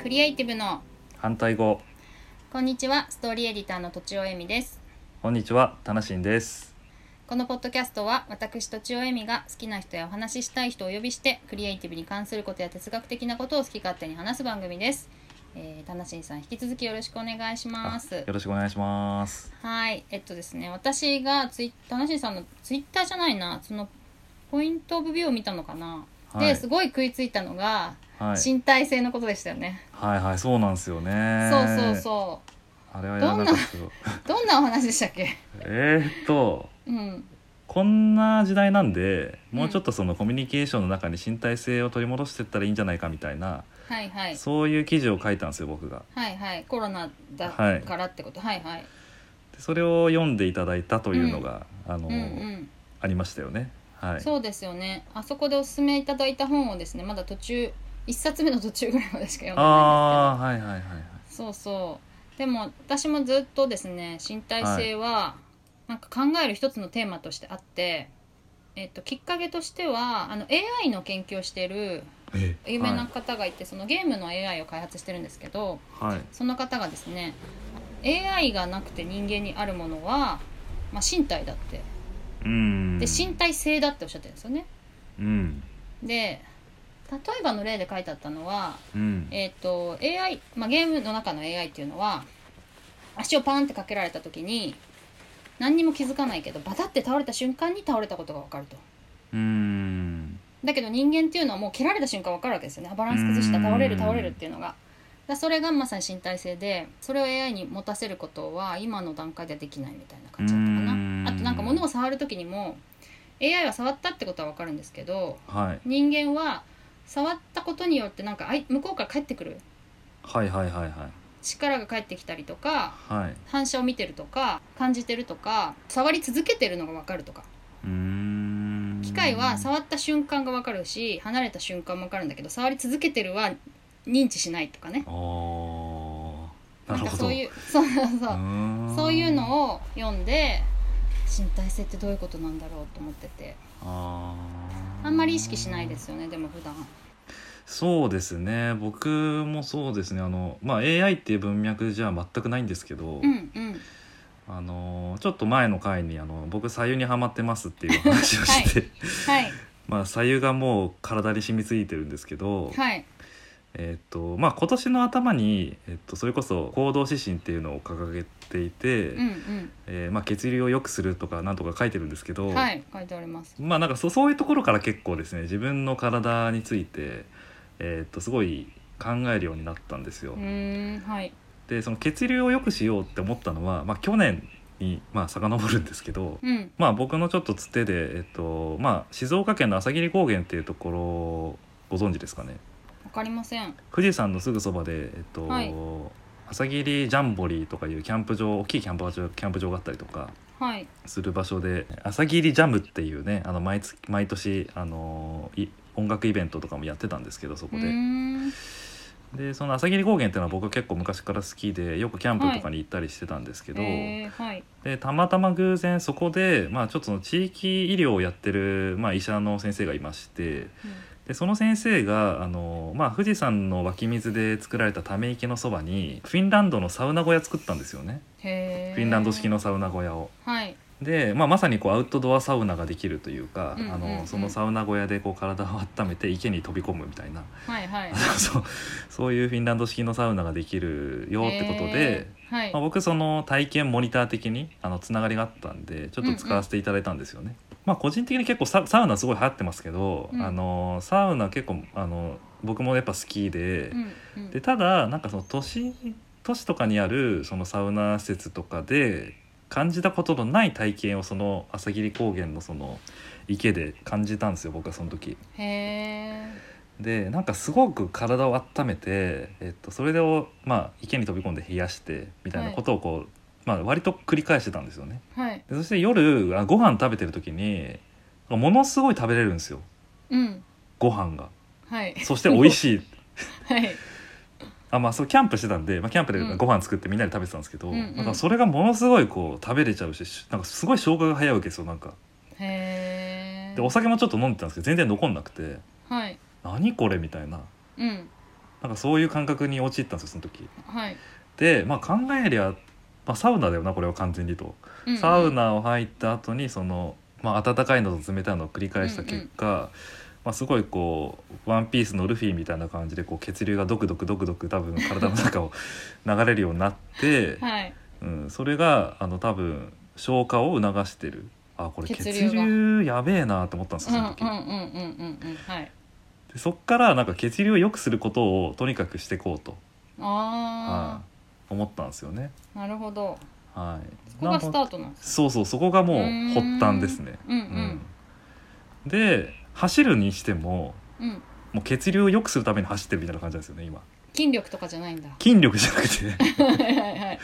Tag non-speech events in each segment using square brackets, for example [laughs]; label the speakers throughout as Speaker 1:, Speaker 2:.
Speaker 1: クリエイティブの
Speaker 2: 反対語
Speaker 1: こんにちはストーリーエディターのとちおえみです
Speaker 2: こんにちはたなしんです
Speaker 1: このポッドキャストは私とちおえみが好きな人やお話ししたい人をお呼びしてクリエイティブに関することや哲学的なことを好き勝手に話す番組です、えー、たなしんさん引き続きよろしくお願いし
Speaker 2: あ
Speaker 1: ます
Speaker 2: よろしくお願いします
Speaker 1: はいえっとですね私がツイたなしんさんのツイッターじゃないなそのポイントオブビューを見たのかな、
Speaker 2: はい
Speaker 1: ですごい食いついたのが、
Speaker 2: はい
Speaker 1: 身体性のことでしたよね、
Speaker 2: はいはいそうなんですよね
Speaker 1: そうそうそう
Speaker 2: あれはやらなかったですよ
Speaker 1: どんなお話でしたっけ
Speaker 2: えーっと
Speaker 1: うん
Speaker 2: こんな時代なんでもううんちょっとそのコミュニケーションの中に身体性を取り戻してったらいいんじゃないかみたいな、
Speaker 1: はいはい
Speaker 2: そういう記事を書いたんですよ僕が
Speaker 1: はいはいコロナだ
Speaker 2: はい
Speaker 1: からってこと、はい、はい
Speaker 2: でそれを読んでいただいたというのが、あの、
Speaker 1: うんうん、
Speaker 2: ありましたよねはい
Speaker 1: そうですよねあそこでおすすめいただいた本をですねまだ途中1冊目の途中ぐらいまでしか読んでないんで
Speaker 2: ああーはいはいはいはい
Speaker 1: すけどそうそうでも私もずっとですね身体性はなんか考える一つのテーマとしてあって、えっと、きっかけとしてはあの AI の研究をしている
Speaker 2: え
Speaker 1: 有名な方がいて、そのゲームの AI を開発してるんですけど、
Speaker 2: はい、
Speaker 1: その方がですね AI がなくて人間にあるものは、まあ、身体だって
Speaker 2: うん
Speaker 1: で身体性だっておっしゃってるんですよね
Speaker 2: うん
Speaker 1: で例えばの例で書いてあったのは、
Speaker 2: うん
Speaker 1: えっと AI まあ、ゲームの中の AI っていうのは足をパンってかけられた時に何にも気づかないけどバタって倒れた瞬間に倒れたことが分かると
Speaker 2: うん
Speaker 1: だけど人間っていうのはもう蹴られた瞬間分かるわけですよねバランス崩した
Speaker 2: うん
Speaker 1: 倒れる倒れるっていうのがだからそれがまさに身体性でそれを AI に持たせることは今の段階ではできないみたいな感じだったか
Speaker 2: う
Speaker 1: なんあとなんか物を触る時にも AI は触ったってことは分かるんですけど
Speaker 2: はい
Speaker 1: 人間は触ったことによってなんかあい向こうから返ってくる
Speaker 2: はいはいはいはい
Speaker 1: 力が返ってきたりとか
Speaker 2: はい
Speaker 1: 反射を見てるとか感じてるとか触り続けてるのが分かるとか
Speaker 2: うーん
Speaker 1: 機械は触った瞬間が分かるし離れた瞬間も分かるんだけど触り続けてるは認知しないとかね
Speaker 2: あー
Speaker 1: な
Speaker 2: なんる
Speaker 1: か
Speaker 2: ほど
Speaker 1: そういうそうそうそうう、
Speaker 2: ーん
Speaker 1: そういうのを読んで身体性ってどういうことなんだろうと思ってて
Speaker 2: あー
Speaker 1: あんまり意識しないですよねでも普段
Speaker 2: そうですね僕もそうですねあの、まあ、AI っていう文脈じゃ全くないんですけど、
Speaker 1: うんうん
Speaker 2: あのちょっと前の回にあの僕左右にはまってますっていう話をして、
Speaker 1: はい
Speaker 2: [laughs] まあ左右がもう体に染みついてるんですけど、
Speaker 1: はい
Speaker 2: えっとまあ、今年の頭に、えっと、それこそ行動指針っていうのを掲げていて、
Speaker 1: うん
Speaker 2: えーまあ、血流を良くするとかなんとか書いてるんですけど、
Speaker 1: うんはい書いてあります
Speaker 2: まあなんかそそういうところから結構ですね自分の体について、えーっとすごい考えるようになったんですよ。
Speaker 1: うーんはい
Speaker 2: でその血流を良くしようって思ったのは、まあ、去年にまあ遡るんですけど、
Speaker 1: うん
Speaker 2: まあ、僕のちょっとつてで、えっとまあ、静岡県の朝霧高原っていうところをご存知ですかね
Speaker 1: わかりません
Speaker 2: 富士山のすぐそばで、えっと
Speaker 1: はい
Speaker 2: 朝霧ジャンボリーとかいうキャンプ場大きいキャンプ場キャンプ場があったりとか。
Speaker 1: はい
Speaker 2: する場所で朝霧ジャムっていうねあの毎月毎年、あのい音楽イベントとかもやってたんですけどそうこ
Speaker 1: ー
Speaker 2: で,、
Speaker 1: ん
Speaker 2: でその朝霧高原っていうのは僕結構昔から好きでよくキャンプとかに行ったりしてたんですけど、
Speaker 1: えー、はい
Speaker 2: でたまたま偶然そこで、まあ、ちょっとその地域医療をやってる、まあ、医者の先生がいましてでその先生が、あのまあ、富士山の湧き水で作られたため池のそばにフィンランドのサウナ小屋作ったんですよね
Speaker 1: へえ
Speaker 2: フィンランド式のサウナ小屋を。
Speaker 1: はい
Speaker 2: で、まあ、まさにこうアウトドアサウナができるというか、
Speaker 1: うんうんうん
Speaker 2: あのそのサウナ小屋でこう体を温めて池に飛び込むみたいな [laughs]
Speaker 1: はいはい
Speaker 2: そうそういうフィンランド式のサウナができるよってことで
Speaker 1: へ、ーはい
Speaker 2: まあ、僕その体験モニター的にあのつながりがあったんでちょっと使わせていただいたんですよね。まあ、個人的に結構ササウナすごい流行ってますけど、
Speaker 1: うん
Speaker 2: あのサウナ結構あの僕もやっぱ好きで,、
Speaker 1: うんうん
Speaker 2: でただなんかその都市都市とかにあるそのサウナ施設とかで感じたことのない体験をその朝霧高原のその池で感じたんですよ僕はその時。
Speaker 1: へえ
Speaker 2: でなんかすごく体を温めて、えっと、それでを、まあ、池に飛び込んで冷やしてみたいなことをこう、まあ、割と繰り返してたんですよね。
Speaker 1: はい
Speaker 2: でそして夜あご飯食べてる時にものすごい食べれるんですよ
Speaker 1: うん
Speaker 2: ご飯が。
Speaker 1: はい
Speaker 2: そして美
Speaker 1: [laughs]
Speaker 2: 味しい
Speaker 1: はい
Speaker 2: あまあそうキャンプしてたんで、まあ、キャンプで
Speaker 1: うん
Speaker 2: ご飯作ってみんなで食べてたんですけど、
Speaker 1: うんうん
Speaker 2: なんかそれがものすごいこう食べれちゃうししなんかすごい消化が早いわけですよなんか
Speaker 1: へえ
Speaker 2: でお酒もちょっと飲んでたんですけど全然残んなくて
Speaker 1: はい
Speaker 2: 「何これ?」みたいな
Speaker 1: うん
Speaker 2: なんかそういう感覚に陥ったんですよその時。
Speaker 1: はい、
Speaker 2: で、まあ、考えりゃ、まあ、サウナだよなこれは完全にと。
Speaker 1: うんうん
Speaker 2: サウナを入った後にその、まあ、暖かいのと冷たいのを繰り返した結果、まあ、すごいこうワンピースのルフィみたいな感じでこう血流がドクドクドクドク多分体の中を流れるようになって、
Speaker 1: はい
Speaker 2: うん、それがあの多分消化を促してるあこれ
Speaker 1: 血
Speaker 2: 血
Speaker 1: 流が
Speaker 2: 流やべえなと思ったんです
Speaker 1: うんう
Speaker 2: よ
Speaker 1: んう
Speaker 2: その時、
Speaker 1: んうんうんうんはい
Speaker 2: でそっからなんか血流を良くすることをとにかくしていこうと、
Speaker 1: あ
Speaker 2: はい思ったんですよね。
Speaker 1: あなるほど
Speaker 2: はい、
Speaker 1: そこがスタートなんです
Speaker 2: そうそうそこがもう発端ですね。
Speaker 1: うん
Speaker 2: うんで走るにしても
Speaker 1: うんうん
Speaker 2: もう血流を良くするために走ってるみたいな感じなんですよね今
Speaker 1: 筋力とかじゃないんだ
Speaker 2: 筋力じゃな
Speaker 1: [laughs]
Speaker 2: くて
Speaker 1: はいはいはい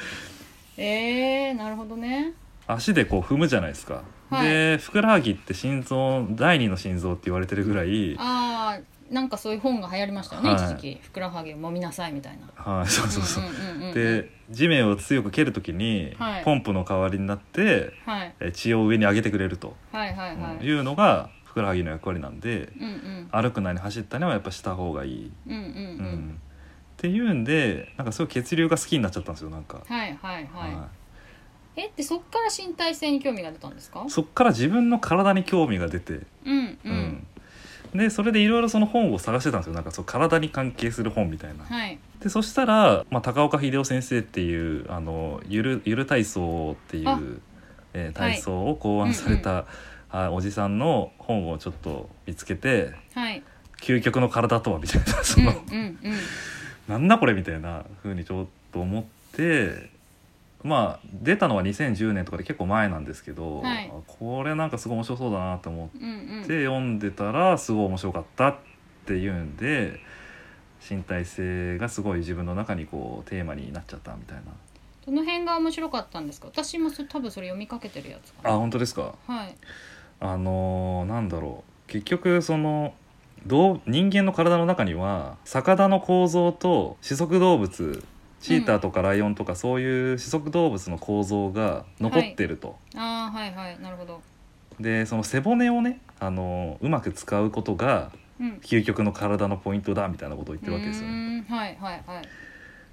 Speaker 1: えー、なるほどね
Speaker 2: 足でこう踏むじゃないですか、
Speaker 1: はい
Speaker 2: でふくらはぎって心臓第二の心臓って言われてるぐらい
Speaker 1: ああなんかそういう本が流行りましたよね、
Speaker 2: はい
Speaker 1: 一時期ふくらはぎを揉みなさいみたいな
Speaker 2: はいそうそうそう、
Speaker 1: んんんん
Speaker 2: で地面を強く蹴るときに、
Speaker 1: はい
Speaker 2: ポンプの代わりになって
Speaker 1: はい
Speaker 2: え血を上に上げてくれると、
Speaker 1: はいはいはいい、
Speaker 2: うのがふくらはぎの役割なんで
Speaker 1: うんうん、
Speaker 2: 歩くなり走ったりはやっぱした方がいい、
Speaker 1: うんうんうん
Speaker 2: うんっていうんでなんかすごい血流が好きになっちゃったんですよなんか。
Speaker 1: はいはいはい、
Speaker 2: はい
Speaker 1: えってそっから身体性に興味が出たんですか
Speaker 2: そっから自分の体に興味が出て、
Speaker 1: うんうん、
Speaker 2: うんでそれでいろいろその本を探してたんですよなんかそう体に関係する本みたいな。
Speaker 1: はい
Speaker 2: でそしたら、まあ、高岡秀夫先生っていうあのゆるゆる体操ってい
Speaker 1: あ
Speaker 2: う、えー体操を考案された、あおじさんの本をちょっと見つけて [laughs]
Speaker 1: はい
Speaker 2: 「究極の体とは」みたいなそ
Speaker 1: うんう
Speaker 2: の、
Speaker 1: んうん
Speaker 2: なんだこれみたいな風にちょっと思ってまあ出たのは2010年とかで結構前なんですけど、
Speaker 1: はい
Speaker 2: あこれなんかすごい面白そうだなと思っ
Speaker 1: うんうん
Speaker 2: で読んでたらすごい面白かったっていうんで身体性がすごい自分の中にこうテーマになっちゃったみたいな
Speaker 1: どの辺が面白かったんですか私もそ多分それ読みかけてるやつか
Speaker 2: あ
Speaker 1: な
Speaker 2: 本当ですか
Speaker 1: はい
Speaker 2: あのーなんだろう結局その動人間の体の中には魚の構造と四足動物チーターとかライオンとかそういう四足動物の構造が残ってると、
Speaker 1: あーはいはいなるほど
Speaker 2: でその背骨をね、あのーうまく使うことが
Speaker 1: うん
Speaker 2: 究極の体のポイントだみたいなことを言ってるわけですよね。
Speaker 1: うーんはいはいはい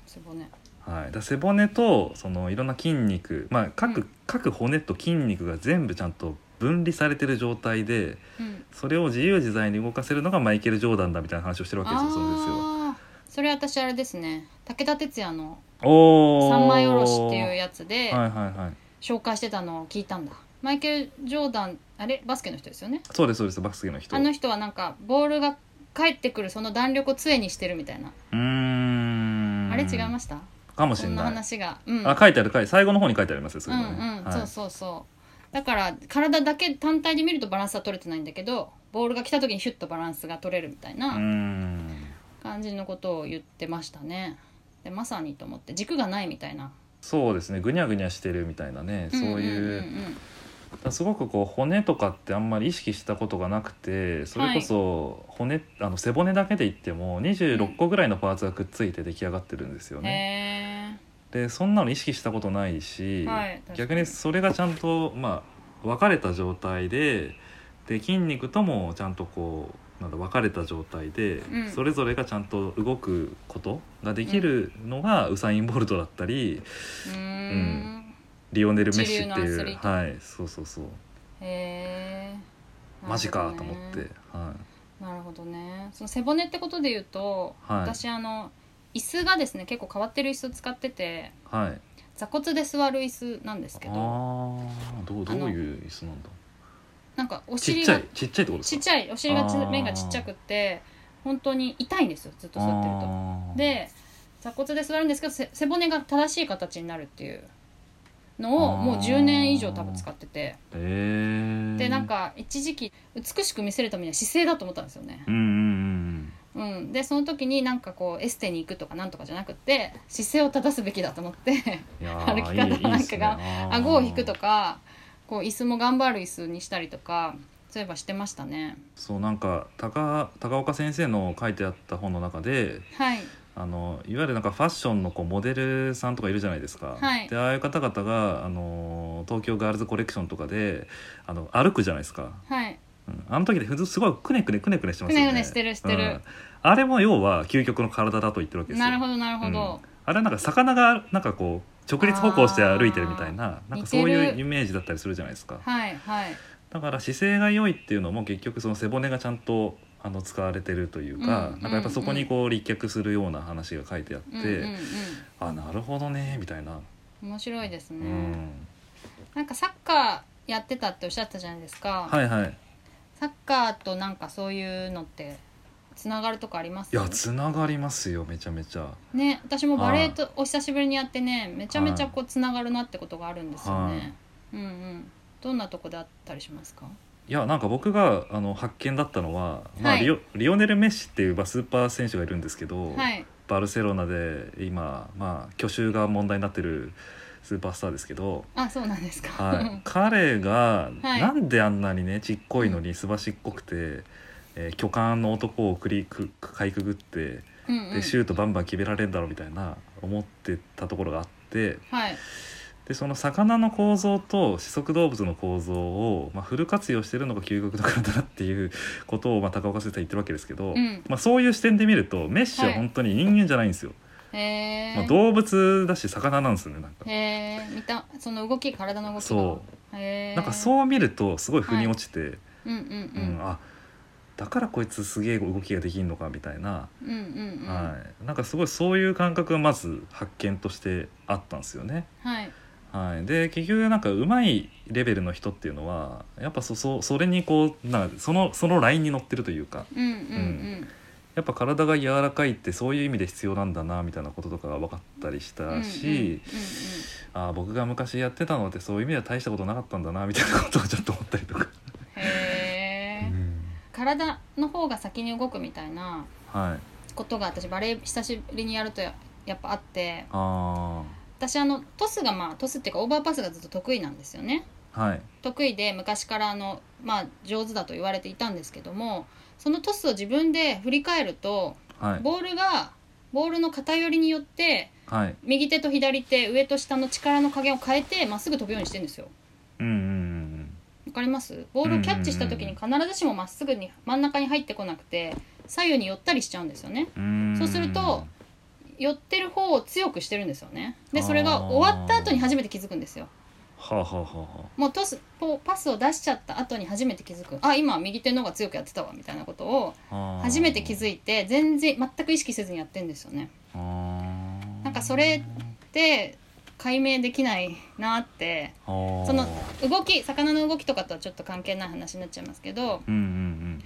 Speaker 1: 背骨
Speaker 2: はい、だから背骨とそのいろんな筋肉、まあ、各,、
Speaker 1: うん
Speaker 2: 各骨と筋肉が全部ちゃんと分離されてる状態で
Speaker 1: うん
Speaker 2: それを自由自在に動かせるのがマイケル・ジョーダンだみたいな話をしてるわけですよその先生は。
Speaker 1: ああそれ私あれですね武田鉄矢の「
Speaker 2: おー
Speaker 1: 三枚おろし」っていうやつで
Speaker 2: はいはいはい
Speaker 1: 紹介してたのを聞いたんだマイケル・ジョーダンあれバスケの人ですよね
Speaker 2: そうですそうですバスケの人
Speaker 1: あの人はなんかボールが返ってくるその弾力を杖にしてるみたいな
Speaker 2: うーん
Speaker 1: あれ違いました
Speaker 2: かもし
Speaker 1: そ
Speaker 2: れ
Speaker 1: んな
Speaker 2: ない
Speaker 1: 話がうん
Speaker 2: あ書いてある書い最後の方に書いてありますよそ
Speaker 1: うん
Speaker 2: れ
Speaker 1: う
Speaker 2: が
Speaker 1: ん
Speaker 2: ね、
Speaker 1: そうそうそうだから体だけ単体で見るとバランスは取れてないんだけどボールが来た時にヒュッとバランスが取れるみたい
Speaker 2: はい、うー
Speaker 1: なん感じのことを言ってましたねでまさにと思って軸がないみたいな
Speaker 2: そうですねぐにゃぐにゃしてるみたいなねそういう,、
Speaker 1: んんんん
Speaker 2: すごくこう骨とかってあんまり意識したことがなくてそれこそ骨、あの背骨だけで言っても26個ぐらいのパーツがくっついて出来上がってるんですよね。
Speaker 1: へ
Speaker 2: でそんなの意識したことないし、
Speaker 1: はい確かに
Speaker 2: 逆にそれがちゃんと、まあ、分かれた状態でで筋肉ともちゃんとこうなんだ分かれた状態で、
Speaker 1: うん
Speaker 2: それぞれがちゃんと動くことができるのがウサイン・ボルトだったり
Speaker 1: ーうーん
Speaker 2: リオネル・メッシっ
Speaker 1: 一
Speaker 2: て
Speaker 1: 流のアス
Speaker 2: い
Speaker 1: リ
Speaker 2: う、
Speaker 1: ート
Speaker 2: はい、そうそうそう
Speaker 1: へー
Speaker 2: マジかと思って。はい
Speaker 1: なるほどねその背骨ってことで言うと、
Speaker 2: はい
Speaker 1: 私あの椅子がですね結構変わってる椅子を使ってて
Speaker 2: はい。
Speaker 1: 座骨で座る椅子なんですけ
Speaker 2: ああ
Speaker 1: ど
Speaker 2: ー、どう
Speaker 1: あ
Speaker 2: ど
Speaker 1: の
Speaker 2: ういう椅子なんだ。
Speaker 1: なんかお
Speaker 2: ちっ
Speaker 1: 尻
Speaker 2: ちゃ
Speaker 1: が
Speaker 2: いちっちゃいってことです
Speaker 1: ち
Speaker 2: か。
Speaker 1: っちゃいお尻がち
Speaker 2: あー
Speaker 1: 面がちっちゃくって本当に痛いんですよずっと座ってると。
Speaker 2: あー、
Speaker 1: で座骨で座るんですけどせ背骨が正しい形になるっていうのをもう10年以上多分使ってて
Speaker 2: ええ。
Speaker 1: でなん。か一時期美しく見せるためには姿勢だと思ったんですよね。
Speaker 2: うんうん
Speaker 1: うん、でその時になんかこうエステに行くとかなんとかじゃなくて姿勢を正すべきだと思って
Speaker 2: うん。いや
Speaker 1: 歩
Speaker 2: ー
Speaker 1: き方なんかが
Speaker 2: いいいいっすねあー
Speaker 1: 顎を引くとかこう椅子も頑張る椅子にしたりとかそういえばしてましたね
Speaker 2: そうなんか高高岡先生の書いてあった本の中で
Speaker 1: はい
Speaker 2: あのいわゆるなんかファッションのこうモデルさんとかいるじゃないですか、
Speaker 1: はい
Speaker 2: でああいう方々があの東京ガールズコレクションとかであの歩くじゃないですか
Speaker 1: はい
Speaker 2: うんあの時でふずすごいくねくねくねくねしてますよね
Speaker 1: くねくねしてるしてる
Speaker 2: うんあれも要は究極の体だと言ってるわけですよ
Speaker 1: なるほどなるほど、
Speaker 2: あれはなんか魚がなんかこう直立歩行して歩いてるみたいななんかそう
Speaker 1: 似て
Speaker 2: いう
Speaker 1: る
Speaker 2: イメージだったりするじゃないですか
Speaker 1: はいはい
Speaker 2: だから姿勢が良いっていうのも結局その背骨がちゃんとあの使われてるというか、
Speaker 1: うん
Speaker 2: なんかやっぱそこにこう立脚するような話が書いてあって、
Speaker 1: うんうんうん
Speaker 2: あなるほどねみたいな、
Speaker 1: 面白いです
Speaker 2: う
Speaker 1: ね、
Speaker 2: ん、
Speaker 1: なんかサッカーやってたっておっしゃったじゃないですか、
Speaker 2: はいはい
Speaker 1: サッカーとなんかそういうのってつながるとかあります
Speaker 2: いやつながりますよめちゃめちゃ
Speaker 1: ね私もバレエとお久しぶりにやってねめちゃめちゃこうつながるなってことがあるんですよね、うんうんどんなとこであったりしますか
Speaker 2: いやなんか僕があの発見だったのは、まあ
Speaker 1: はい
Speaker 2: リオリオネル・メッシっていうまあスーパー選手がいるんですけど、
Speaker 1: はい
Speaker 2: バルセロナで今、まあ、去就が問題になってるスーパースターですけど、
Speaker 1: あ [laughs] そうなんですか、
Speaker 2: はい、彼が
Speaker 1: はい
Speaker 2: なんであんなにねちっこいのにすばしっこくて、えー巨漢の男をくりくかいくぐって
Speaker 1: うんうん
Speaker 2: でシュートバンバン決められるんだろうみたいな思ってたところがあって
Speaker 1: はい
Speaker 2: でその魚の構造と四足動物の構造を、まあ、フル活用してるのが究極の体だっていうことを、まあ、高岡先生は言ってるわけですけ
Speaker 1: う
Speaker 2: ど、
Speaker 1: ん
Speaker 2: まあ、そういう視点で見るとメッシは本当に人間じゃないんですよ。
Speaker 1: へ
Speaker 2: まあ、
Speaker 1: ー
Speaker 2: 動物だし魚なんですよねなんか
Speaker 1: へえ見たその動き体の動きが
Speaker 2: そ
Speaker 1: へ
Speaker 2: う
Speaker 1: え
Speaker 2: なんかそう見るとすごい腑に落ちて、
Speaker 1: うんうんう
Speaker 2: うん
Speaker 1: ん
Speaker 2: あだからこいつすげえ動きができんのかみたいな、
Speaker 1: うんうんうん
Speaker 2: はい、なんかすごいそういう感覚がまず発見としてあったんですよね。
Speaker 1: はい
Speaker 2: はい、で結局なんか上手いレベルの人っていうのはやっぱそそそれにこうなんかそのそのラインに乗ってるというか
Speaker 1: うんうんうん
Speaker 2: やっぱ体が柔らかいってそういう意味で必要なんだなみたいなこととかが分かったりしたし、あー僕が昔やってたのってそういう意味では大したことなかったんだなみたいなことをちょっと思ったりと
Speaker 1: う
Speaker 2: か、
Speaker 1: んうんへえ体の方が先に動くみたいな
Speaker 2: はい
Speaker 1: ことが私バレエ久しぶりにやるとややっぱあって
Speaker 2: あ
Speaker 1: 私あのトスがまあトスっていうかオーバーパスがずっと得意なんですよね
Speaker 2: ーはい
Speaker 1: 得意で昔からあのまあ上手だと言われていたんですけどもそのトスを自分で振り返ると
Speaker 2: はい
Speaker 1: ボールがボールの偏りによって
Speaker 2: はい
Speaker 1: 右手と左手上と下の力の加減を変えてまっすぐ飛ぶようにしてるんですよ
Speaker 2: うんうんうん
Speaker 1: わかりますボールをキャッチした時に必ずしもまっすぐに真ん中に入ってこなくて左右に寄ったりしちゃうんですよね
Speaker 2: うんうーん
Speaker 1: そうすると寄ってる方を強くしてるんですよねでそれが
Speaker 2: あー
Speaker 1: 終わった後に初めて気づくんですよ
Speaker 2: はあ、はあはあは
Speaker 1: もうトスポパスを出しちゃった後に初めて気づくあ今右手の方が強くやってたわみたいなことを
Speaker 2: あ、あー
Speaker 1: 初めて気づいて全然全く意識せずにやってんですよね
Speaker 2: あー
Speaker 1: なんかそれで解明できないなって
Speaker 2: あー
Speaker 1: その動き魚の動きとかとはちょっと関係ない話になっちゃいますけど
Speaker 2: うんうんうん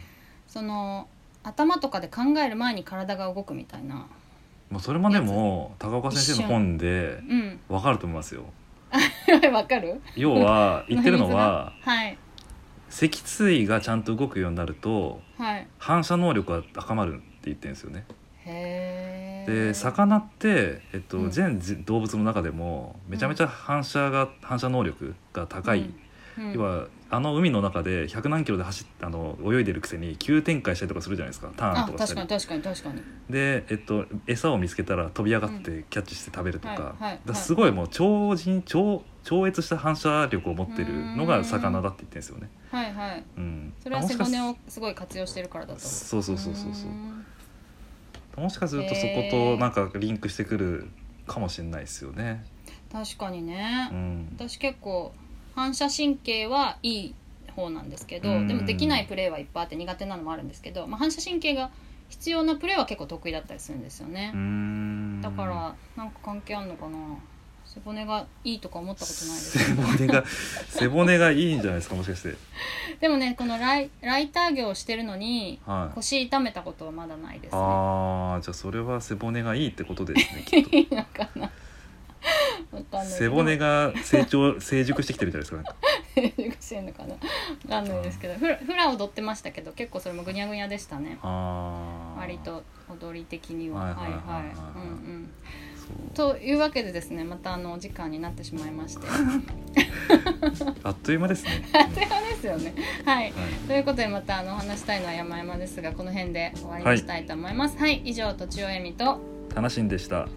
Speaker 1: その頭とかで考える前に体が動くみたいな
Speaker 2: まあそれもでも高岡先生の本で
Speaker 1: うん [laughs]
Speaker 2: わかると思いますよ
Speaker 1: わかる
Speaker 2: 要
Speaker 1: [laughs]
Speaker 2: は言ってるのは
Speaker 1: はい
Speaker 2: 脊椎がちゃんと動くようになると
Speaker 1: はい
Speaker 2: 反射能力が高まるって言ってるんですよね
Speaker 1: へえ
Speaker 2: で魚って、えっと
Speaker 1: うん
Speaker 2: 全動物の中でもめちゃめちゃ反射が、反射能力が高い、
Speaker 1: うんうん
Speaker 2: 要はあの海の中で100何キロで走っあの泳いでるくせに急展開したりとかするじゃないですかターン
Speaker 1: あ
Speaker 2: とかし
Speaker 1: 確
Speaker 2: た
Speaker 1: か
Speaker 2: り
Speaker 1: に確かに確かに
Speaker 2: で、えっと、餌を見つけたら飛び上がっ
Speaker 1: う
Speaker 2: てキャッチして食べるとか,、
Speaker 1: はいはいはい
Speaker 2: だからすごいもう超人超超越した反射力を持ってるのが魚だって言ってるんですよね。
Speaker 1: はいはい
Speaker 2: うん、
Speaker 1: それは
Speaker 2: も
Speaker 1: 背
Speaker 2: しかす
Speaker 1: 骨をすごい活用してるからだと
Speaker 2: そうそうそうそうそう
Speaker 1: ーん
Speaker 2: もしかするとそこ
Speaker 1: へ
Speaker 2: と
Speaker 1: ー
Speaker 2: なんかリンクしてくるかもしれないですよね。
Speaker 1: 確かにね、
Speaker 2: うん、
Speaker 1: 私結構反射神経はいい方なんですけど、
Speaker 2: うん
Speaker 1: でもできないプレーはいっぱいあって苦手なのもあるんですけど、まあ、反射神経が必要なプレーは結構得意だったりするんですよね
Speaker 2: うー、ん
Speaker 1: だからなんか関係あんのかな背骨がいいとか思ったことないです
Speaker 2: 背 [laughs] 骨が背骨がいいんじゃないですかもしかして
Speaker 1: でもねこのライライター業をしてるのに
Speaker 2: はい
Speaker 1: 腰痛めたことはまだないですね
Speaker 2: ああじゃあそれは背骨がいいってことですね
Speaker 1: [laughs]
Speaker 2: きっと
Speaker 1: いいのかなわかんない
Speaker 2: 背骨が成長成熟してきてるじゃないですかなんか
Speaker 1: [laughs] 成熟してんのかなわかんないですけどフラフラ踊ってましたけど結構それもぐにゃぐにゃでしたね
Speaker 2: ああ
Speaker 1: 割と踊り的には
Speaker 2: は
Speaker 1: はいい
Speaker 2: はいはいはい
Speaker 1: はいうんうん
Speaker 2: そう
Speaker 1: というわけでですねまたあのお時間になってしまいま [laughs] して
Speaker 2: あっという間で
Speaker 1: [laughs]
Speaker 2: すね、
Speaker 1: あっという間ですよねはい
Speaker 2: はい、
Speaker 1: ということでまたあのお話したいのは山々ですがこの辺で終わりにしたいと思いますはい、以上とちおえみと
Speaker 2: 楽しんでした